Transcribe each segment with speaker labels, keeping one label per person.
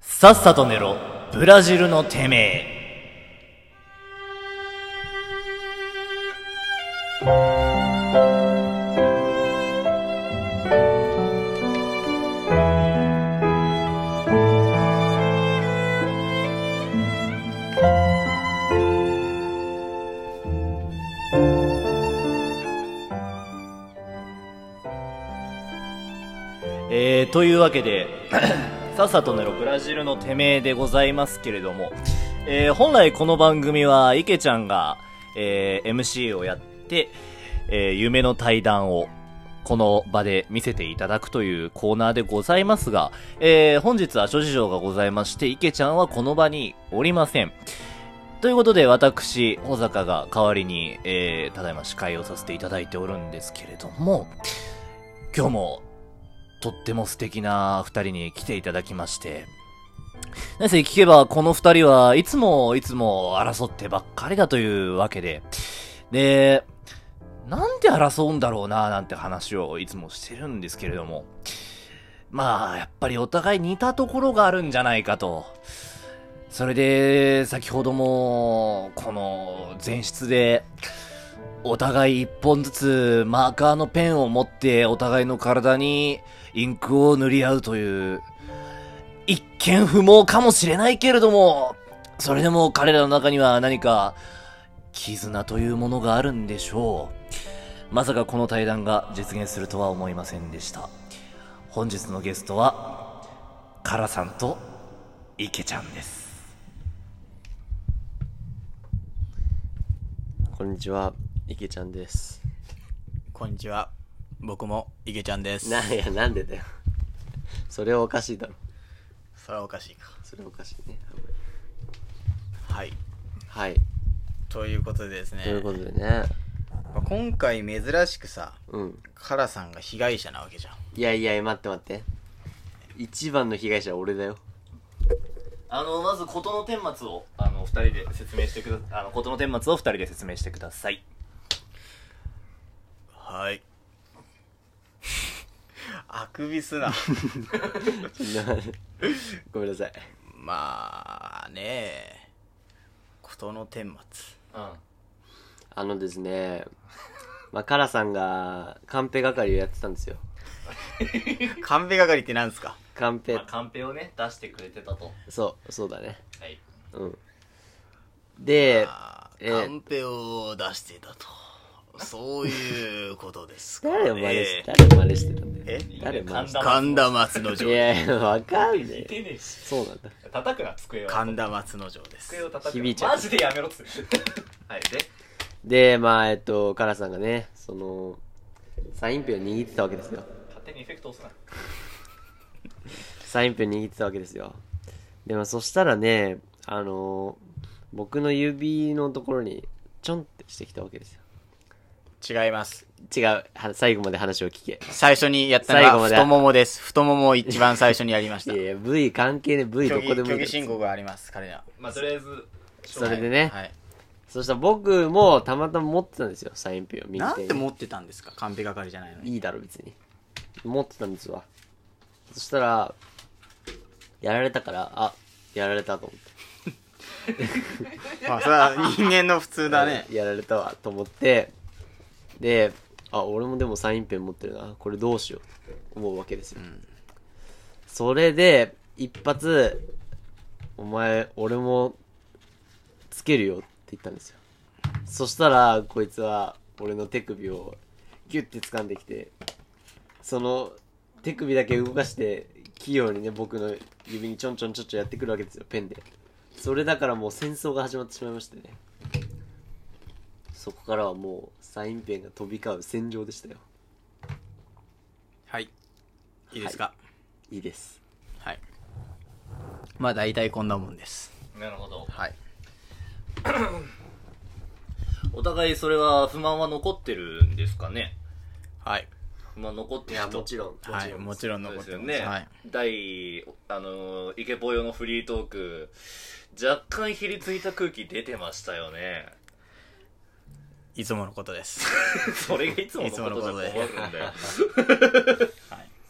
Speaker 1: さっさと寝ろブラジルのてめええー、というわけでさっさと寝ろブラジルのてめえでございますけれども、えー、本来この番組は池ちゃんが、えー、MC をやって、えー、夢の対談をこの場で見せていただくというコーナーでございますが、えー、本日は諸事情がございまして池ちゃんはこの場におりませんということで私保坂が代わりに、えー、ただいま司会をさせていただいておるんですけれども今日もとっても素敵な二人に来ていただきまして。なぜ聞けば、この二人はいつもいつも争ってばっかりだというわけで。で、なんで争うんだろうななんて話をいつもしてるんですけれども。まあ、やっぱりお互い似たところがあるんじゃないかと。それで、先ほども、この前室で、お互い一本ずつマーカーのペンを持ってお互いの体にインクを塗り合うという、一見不毛かもしれないけれども、それでも彼らの中には何か絆というものがあるんでしょう。まさかこの対談が実現するとは思いませんでした。本日のゲストは、カラさんと池ちゃんです。
Speaker 2: こんにちは、いけちゃんです。
Speaker 3: こんにちは。僕も、いげちゃんです。
Speaker 2: なんや、なんでだよ。それはおかしいだろ。
Speaker 3: それはおかしいか。
Speaker 2: それはおかしいね。
Speaker 3: はい。
Speaker 2: はい。
Speaker 3: ということでですね。
Speaker 2: ということでね。
Speaker 3: まあ今回珍しくさ、
Speaker 2: うん。
Speaker 3: カラさんが被害者なわけじゃん。
Speaker 2: いやいや、待って待って。一番の被害者は俺だよ。
Speaker 1: あの、まず事の顛末を、あの、二人で説明してくだ、あの、事の顛末を二人で説明してください。
Speaker 3: はい。 あく びすな。
Speaker 2: そんなごめんなさい。
Speaker 3: まあね事の顛末。
Speaker 1: うん。
Speaker 2: あのですね、まあ、カラさんがカンペ係をやってたんですよ。
Speaker 3: カンペ係って何すか
Speaker 2: カンペ
Speaker 1: まあ、、カンペをね、出してくれてたと。
Speaker 2: そう、そうだね。
Speaker 1: はい。
Speaker 2: うん。で、
Speaker 3: あー
Speaker 2: えー
Speaker 3: カンペを出していたと。そういうことですか、ね。
Speaker 2: 誰を真似して、誰を真似してたんだよ。
Speaker 3: え
Speaker 2: 誰真似し
Speaker 3: 神田松之
Speaker 2: て
Speaker 3: 丞
Speaker 2: い。やいや、わかんね
Speaker 1: い
Speaker 2: え
Speaker 1: て
Speaker 2: よ。
Speaker 1: ねえし。
Speaker 2: そうなんだ。
Speaker 1: 叩くな、机を。
Speaker 3: 神田松之丞です。
Speaker 1: 机を叩く
Speaker 2: 響
Speaker 1: ない
Speaker 2: ちゃ
Speaker 1: マ
Speaker 2: う
Speaker 1: ジでやめろっつって。はい、で。
Speaker 2: で、まあ、えっと、カラさんがね、その、サインペンを握ってたわけですよ。
Speaker 1: 勝手にエフェクト押すな。
Speaker 2: サインペンを握ってたわけですよ。でも、そしたらね、あの、僕の指のところに、ちょんってしてきたわけですよ。
Speaker 3: 違います。
Speaker 2: 違う、は最後まで話を聞け。
Speaker 3: 最初にやったの
Speaker 2: 最後ま
Speaker 3: は
Speaker 2: で
Speaker 3: 太ももです。太ももを一番最初にやりまし た。
Speaker 2: いやいや、V 関係ね、V ど
Speaker 3: 虚
Speaker 2: こでも
Speaker 3: 偽
Speaker 2: い
Speaker 3: 虚
Speaker 2: い
Speaker 3: 偽
Speaker 2: か
Speaker 3: 信
Speaker 2: ら。
Speaker 3: 号があります、彼ら。
Speaker 1: まあ、とりあえず、
Speaker 2: それでね、
Speaker 3: はい。
Speaker 2: そしたら僕もたまたま持ってたんですよ、サインペンを右手に。
Speaker 3: なんで持ってたんですかカンペ係じゃないのに。
Speaker 2: いいだろ、別に。持ってたんですわ。そしたら、やられたから、あ、やられたと思って。
Speaker 3: まあ、それは人間の普通だ ね。
Speaker 2: やられたわと思ってであ俺もでもサインペン持ってるなこれどうしようと思うわけですよ、それで一発「お前俺もつけるよ」って言ったんですよそしたらこいつは俺の手首をギュッて掴んできてその手首だけ動かして器用にね僕の指にちょんちょんちょんちょんやってくるわけですよペンでそれだからもう戦争が始まってしまいましてねそこからはもうサインペンが飛び交う戦場でしたよ
Speaker 3: はい。いいですか
Speaker 2: いいです
Speaker 3: はい。まあ、大体こんなもんです。
Speaker 1: なるほど。
Speaker 3: はい。
Speaker 1: お互いそれは不満は残ってるんですかね
Speaker 3: はい。
Speaker 1: 不満残って
Speaker 2: い
Speaker 1: る人。
Speaker 2: ろん
Speaker 3: はい。もちろん
Speaker 1: そう
Speaker 3: 残
Speaker 1: で
Speaker 3: っ
Speaker 1: す
Speaker 3: て
Speaker 1: よ
Speaker 3: ます。
Speaker 1: ね。
Speaker 3: はい。
Speaker 1: 第、あのー、イケポヨのフリートーク、若干ひりついた空気出てましたよね。
Speaker 3: いつものことです。
Speaker 1: それがいつものことじゃ困るんだよ。
Speaker 3: はい。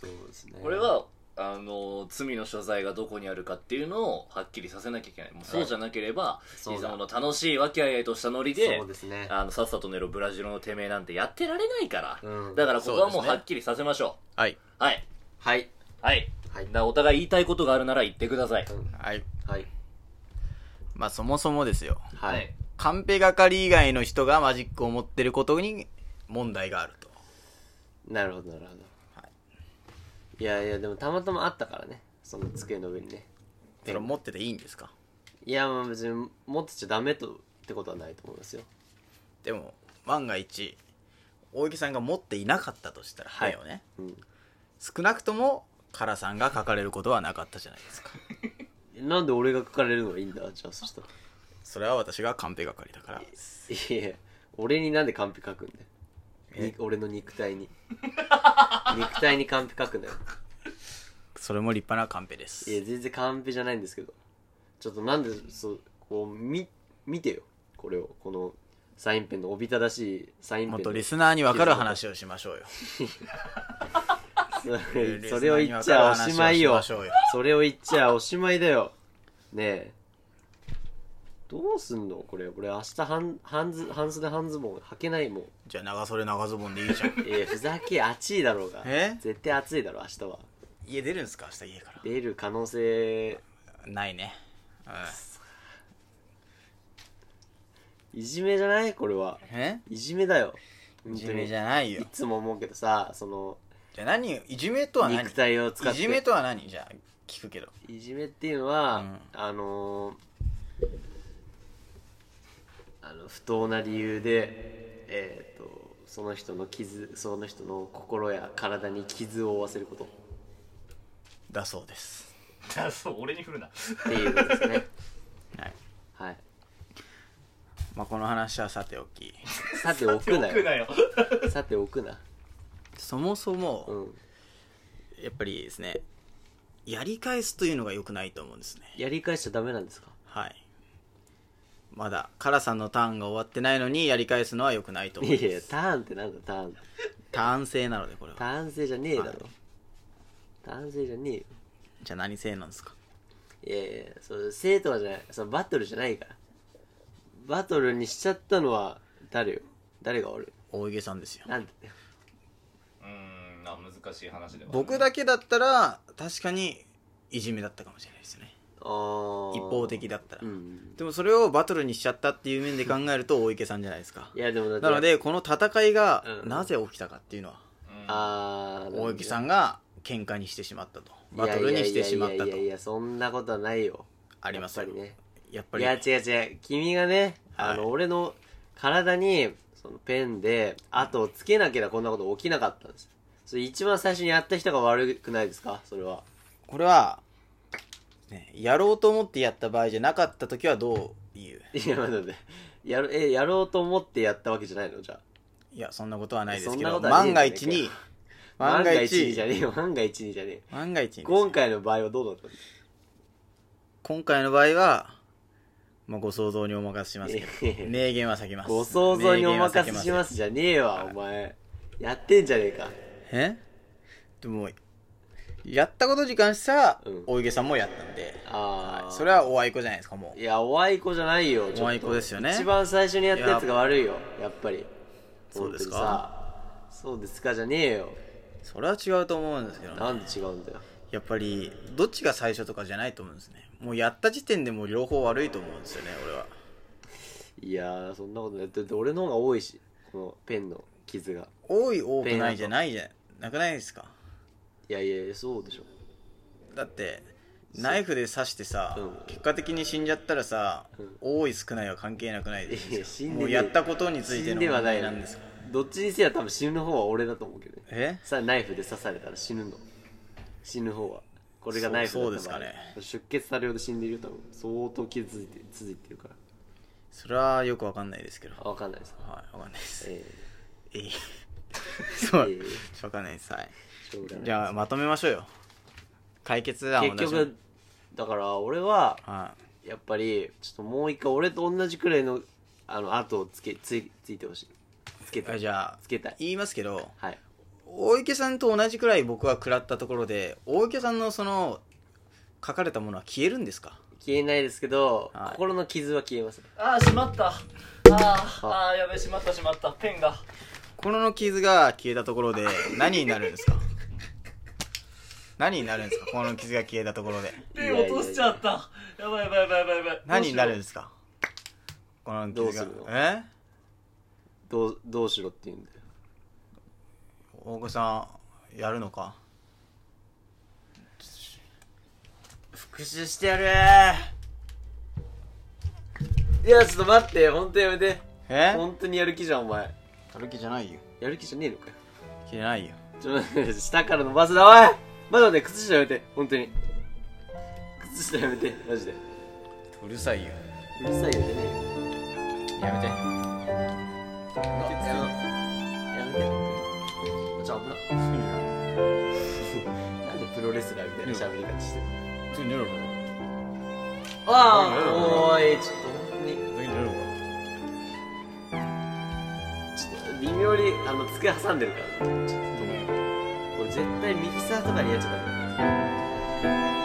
Speaker 2: そうですね
Speaker 1: これはあの罪の所在がどこにあるかっていうのをはっきりさせなきゃいけない。もうそうじゃなければ、
Speaker 2: そう
Speaker 1: い
Speaker 2: だ
Speaker 1: つもの楽しいわきあいあいとしたノリで
Speaker 2: そう、ですね
Speaker 1: あの、さっさと寝ろブラジルのてめえなんてやってられないから。
Speaker 2: うん
Speaker 1: だからここはも
Speaker 3: そ
Speaker 1: う
Speaker 3: うですね
Speaker 1: はっきりさせましょ
Speaker 3: はい。
Speaker 1: う。はい。
Speaker 2: はい
Speaker 1: はい。
Speaker 2: はい
Speaker 1: だからお互い言いたいことがあるなら言ってください。
Speaker 2: うん
Speaker 3: はい。
Speaker 2: はい
Speaker 3: まあそもそもですよ。
Speaker 2: はい、
Speaker 3: カンペ係以外の人がマジックを持ってることに問題があると。
Speaker 2: なるほどなるほど、、
Speaker 3: はい
Speaker 2: やいやでもたまたまあったからねその机の上にね
Speaker 3: それ持ってていいんですか
Speaker 2: いやまあ別に持ってちゃダメとってことはないと思いますよ
Speaker 3: でも、万が一、大池さんが持っていなかったとしたら、
Speaker 2: は
Speaker 3: はいいよね。
Speaker 2: うん
Speaker 3: 少なくとも、カラさんが書かれることはなかったじゃないですか。
Speaker 2: なんで俺が書かれるのがいいんだじゃあそしたら
Speaker 3: それは私がカンペ係だから。
Speaker 2: いやいや俺になんでカンペ書くんだよに俺の肉体に肉体にカンペ書くんだよ
Speaker 3: それも立派なカンペで
Speaker 2: いや
Speaker 3: す。
Speaker 2: 全然カンペじゃないんですけどちょっとなんでそうこうみ見てよこれをこのサインペンのおびただしいサイン
Speaker 3: もっ
Speaker 2: ペン
Speaker 3: と
Speaker 2: の
Speaker 3: リスナーに分かる話をしましょうよ。
Speaker 2: それを言っちゃおしまいよ
Speaker 3: リスナーに分かる話をしましょうよ
Speaker 2: それを言っちゃおしまいだよねえどうすんのこれ俺明日半半ズ半袖半ズボン履けないもん
Speaker 3: じゃあ長袖長ズボンでいいじゃん。
Speaker 2: い やふざけ暑いだろうが
Speaker 3: え
Speaker 2: 絶対暑いだろ明日は
Speaker 3: 家出るんすか明日家から。
Speaker 2: 出る可能性
Speaker 3: ないね。うん
Speaker 2: いじめじゃないこれは
Speaker 3: え
Speaker 2: いじめだよ
Speaker 3: いじめじ
Speaker 2: ゃ
Speaker 3: ゃない
Speaker 2: い
Speaker 3: よ。
Speaker 2: つも思うけどさその
Speaker 3: じゃあ何いじめとは何
Speaker 2: 肉体を使って
Speaker 3: いじめとは何じゃあ聞くけど。
Speaker 2: いじめっていうのは、
Speaker 3: うん
Speaker 2: あのーあの不当な理由でえっ、とその人の傷その人の心や体に傷を負わせることっ
Speaker 3: だそうです。
Speaker 1: あそう、俺に振るな。
Speaker 2: ていうことです ね
Speaker 3: はい。
Speaker 2: はい
Speaker 3: まあ、この話はさておき。
Speaker 2: さておくなよ
Speaker 1: よ。
Speaker 2: さておくな
Speaker 3: そもそうも、
Speaker 2: ん
Speaker 3: やっぱりですね、やり返すというのが良くないと思うんですね。
Speaker 2: やり返しちゃダメなんですか
Speaker 3: はい。まだ、カラさんのターンが終わってないのにやり返すのは良くないと思
Speaker 2: いうや
Speaker 3: ん
Speaker 2: い
Speaker 3: で
Speaker 2: や
Speaker 3: す。
Speaker 2: ターンってなんだターン
Speaker 3: ターン制なので、これは。
Speaker 2: 単性じゃねえだろ、
Speaker 3: はい
Speaker 2: 単性じゃねえよ
Speaker 3: じゃあ何制なんですか
Speaker 2: いやいやそれ生徒はじゃないそのバトルじゃないからバトルにしちゃったのは誰よ誰が悪
Speaker 3: 大池さんですよ
Speaker 2: い。なんで
Speaker 1: うーん、あ難しい話では。
Speaker 3: 僕だけだったら、確かに、いじめだったかもしれないですね。
Speaker 2: あー
Speaker 3: 一方的だったら
Speaker 2: う。ん
Speaker 3: でもそれをバトルにしちゃったっていう面で考えると大池さんじゃないですか
Speaker 2: い。やでもだって
Speaker 3: なので、この戦いが
Speaker 2: うん
Speaker 3: なぜ起きたかっていうのは、
Speaker 1: うん
Speaker 2: ああ
Speaker 3: 大池さ
Speaker 2: ん
Speaker 3: んが喧嘩にしてしまったと。バトルにしてしまった
Speaker 2: いや
Speaker 3: と
Speaker 2: いやいやいやい。やそんなことはないよ
Speaker 3: あります
Speaker 2: や
Speaker 3: よ
Speaker 2: っぱりね
Speaker 3: やっ
Speaker 2: い
Speaker 3: ぱり
Speaker 2: や、違う違う君がね、あ
Speaker 3: は
Speaker 2: の
Speaker 3: い
Speaker 2: 俺の体にそのペンで後をつけなければこんなこと起きなかったんですそれ一番最初にやった人が悪くないですかそれは
Speaker 3: これは、ね、やろうと思ってやった場合じゃなかった時はどう言う
Speaker 2: いや、なんで、やろ、え、やろうと思ってやったわけじゃないのじゃ
Speaker 3: いや、そんなことはないです
Speaker 2: そ
Speaker 3: けど、
Speaker 2: んなことはねえ
Speaker 3: 万が一に、
Speaker 2: あ。万
Speaker 3: 万
Speaker 2: が
Speaker 3: が
Speaker 2: 一にじゃ
Speaker 3: 一、
Speaker 2: ねえよ、 万が一にじゃねえよ。
Speaker 3: 万が一にです
Speaker 2: 今回の場合はどうだったんです
Speaker 3: 今回の場合は、まあ、ご想像にお任せしますけ
Speaker 2: いやいや
Speaker 3: ど、名言は避けます。
Speaker 2: ご想像にお任せし
Speaker 3: 名言は避け
Speaker 2: ま
Speaker 3: ます
Speaker 2: じゃねえわ、お前。やってんじゃねえか。
Speaker 3: えでもやったことに関しては、
Speaker 2: うん
Speaker 3: 大池さんもやったんで、
Speaker 2: あ
Speaker 3: は
Speaker 2: あ。
Speaker 3: い、それはおあいこじゃないですかも
Speaker 2: いや、おあいこじゃないよ、ちょっと
Speaker 3: おあいこですよね
Speaker 2: 一番最初にやったやつが悪いよ、やっぱり。
Speaker 3: そうですか
Speaker 2: 本当にさ。そうですかじゃねえよ。
Speaker 3: うそれは違うと思うんですけど、ね、
Speaker 2: なんで違うんだよ。
Speaker 3: やっぱりどっちが最初とかじゃないと思うんですねもうやった時点でもう両方悪いと思うんですよね俺はい
Speaker 2: やー、そんなことない。だって俺の方が多いし、このペンの傷が。
Speaker 3: 多い多くないじゃないじゃなくないですか
Speaker 2: いやいやいや、そうでしょ。
Speaker 3: だってナイフで刺してさ、
Speaker 2: うん
Speaker 3: 結果的に死んじゃったらさ、
Speaker 2: ん
Speaker 3: 多い少ないは関係なくないで
Speaker 2: いや
Speaker 3: す
Speaker 2: 死ん
Speaker 3: か
Speaker 2: でねえ
Speaker 3: もうやったことについて
Speaker 2: 死ん
Speaker 3: の
Speaker 2: では
Speaker 3: 問
Speaker 2: ない
Speaker 3: 題
Speaker 2: な
Speaker 3: なんですか
Speaker 2: どっちにせよ多分死ぬ方は俺だと思うけどね
Speaker 3: え
Speaker 2: さナイフで刺されたら死ぬの死ぬ方はこれがナイフだった場合
Speaker 3: そうそうですか
Speaker 2: 出血多量で死んでるよ多分相当傷ついて続いてるから
Speaker 3: それはよくわかんないですけど
Speaker 2: あ分かんないです
Speaker 3: はい、わかんないです。
Speaker 2: え
Speaker 3: えい そう、
Speaker 2: ええ
Speaker 3: わかんないです。はい。
Speaker 2: ー、しょうがない
Speaker 3: じゃあ、まとめましょうよ。解決案を
Speaker 2: 結
Speaker 3: 出しましょ
Speaker 2: 局
Speaker 3: う。
Speaker 2: だから俺は
Speaker 3: はい。
Speaker 2: やっぱりちょっともう一回俺と同じくらいのあの後をつけついついてほしいつけた
Speaker 3: あ
Speaker 2: い
Speaker 3: じゃあ、
Speaker 2: つけたい
Speaker 3: 言いますけど、
Speaker 2: はい
Speaker 3: 大池さんと同じくらい僕は食らったところで、大池さんのその、書かれたものは消えるんですか
Speaker 2: 消えないですけど、
Speaker 3: はい
Speaker 2: 心の傷は消えますね
Speaker 1: あー、しまった。あー、あーやべえ、しまった、しまった。ペンが。
Speaker 3: 心の傷が消えたところで何になるんですか何になるんですか心の傷が消えたところで
Speaker 1: ペン落としちゃった。やばいやばいやばいやばいやばい。
Speaker 3: 何になるん
Speaker 1: どうしよ
Speaker 3: ですかこの
Speaker 2: どう
Speaker 3: 傷
Speaker 2: す
Speaker 3: が
Speaker 2: るの
Speaker 3: え
Speaker 2: どうどうしろって言うんだよ
Speaker 3: 大越さんやるのか復讐してやる
Speaker 2: いやちょっと待って本当やめて
Speaker 3: え
Speaker 2: 本当にやる気じゃんお前
Speaker 3: やる気じゃないよ
Speaker 2: やる気じゃねえのかよ
Speaker 3: 消えないよ
Speaker 2: ちょっと待って下から伸ばすなおいまだ待って靴下やめて本当に靴下やめてマジで
Speaker 3: うるさいよ
Speaker 2: うるさいよね
Speaker 3: やめ
Speaker 2: や
Speaker 3: て
Speaker 2: めてやめてちょっと危ななんでプロレスラーみたいな喋り方してるああおーいちょっと本当にちょっと微妙にあの机挟んでるからねこれ絶対右下とかにやっちゃダメ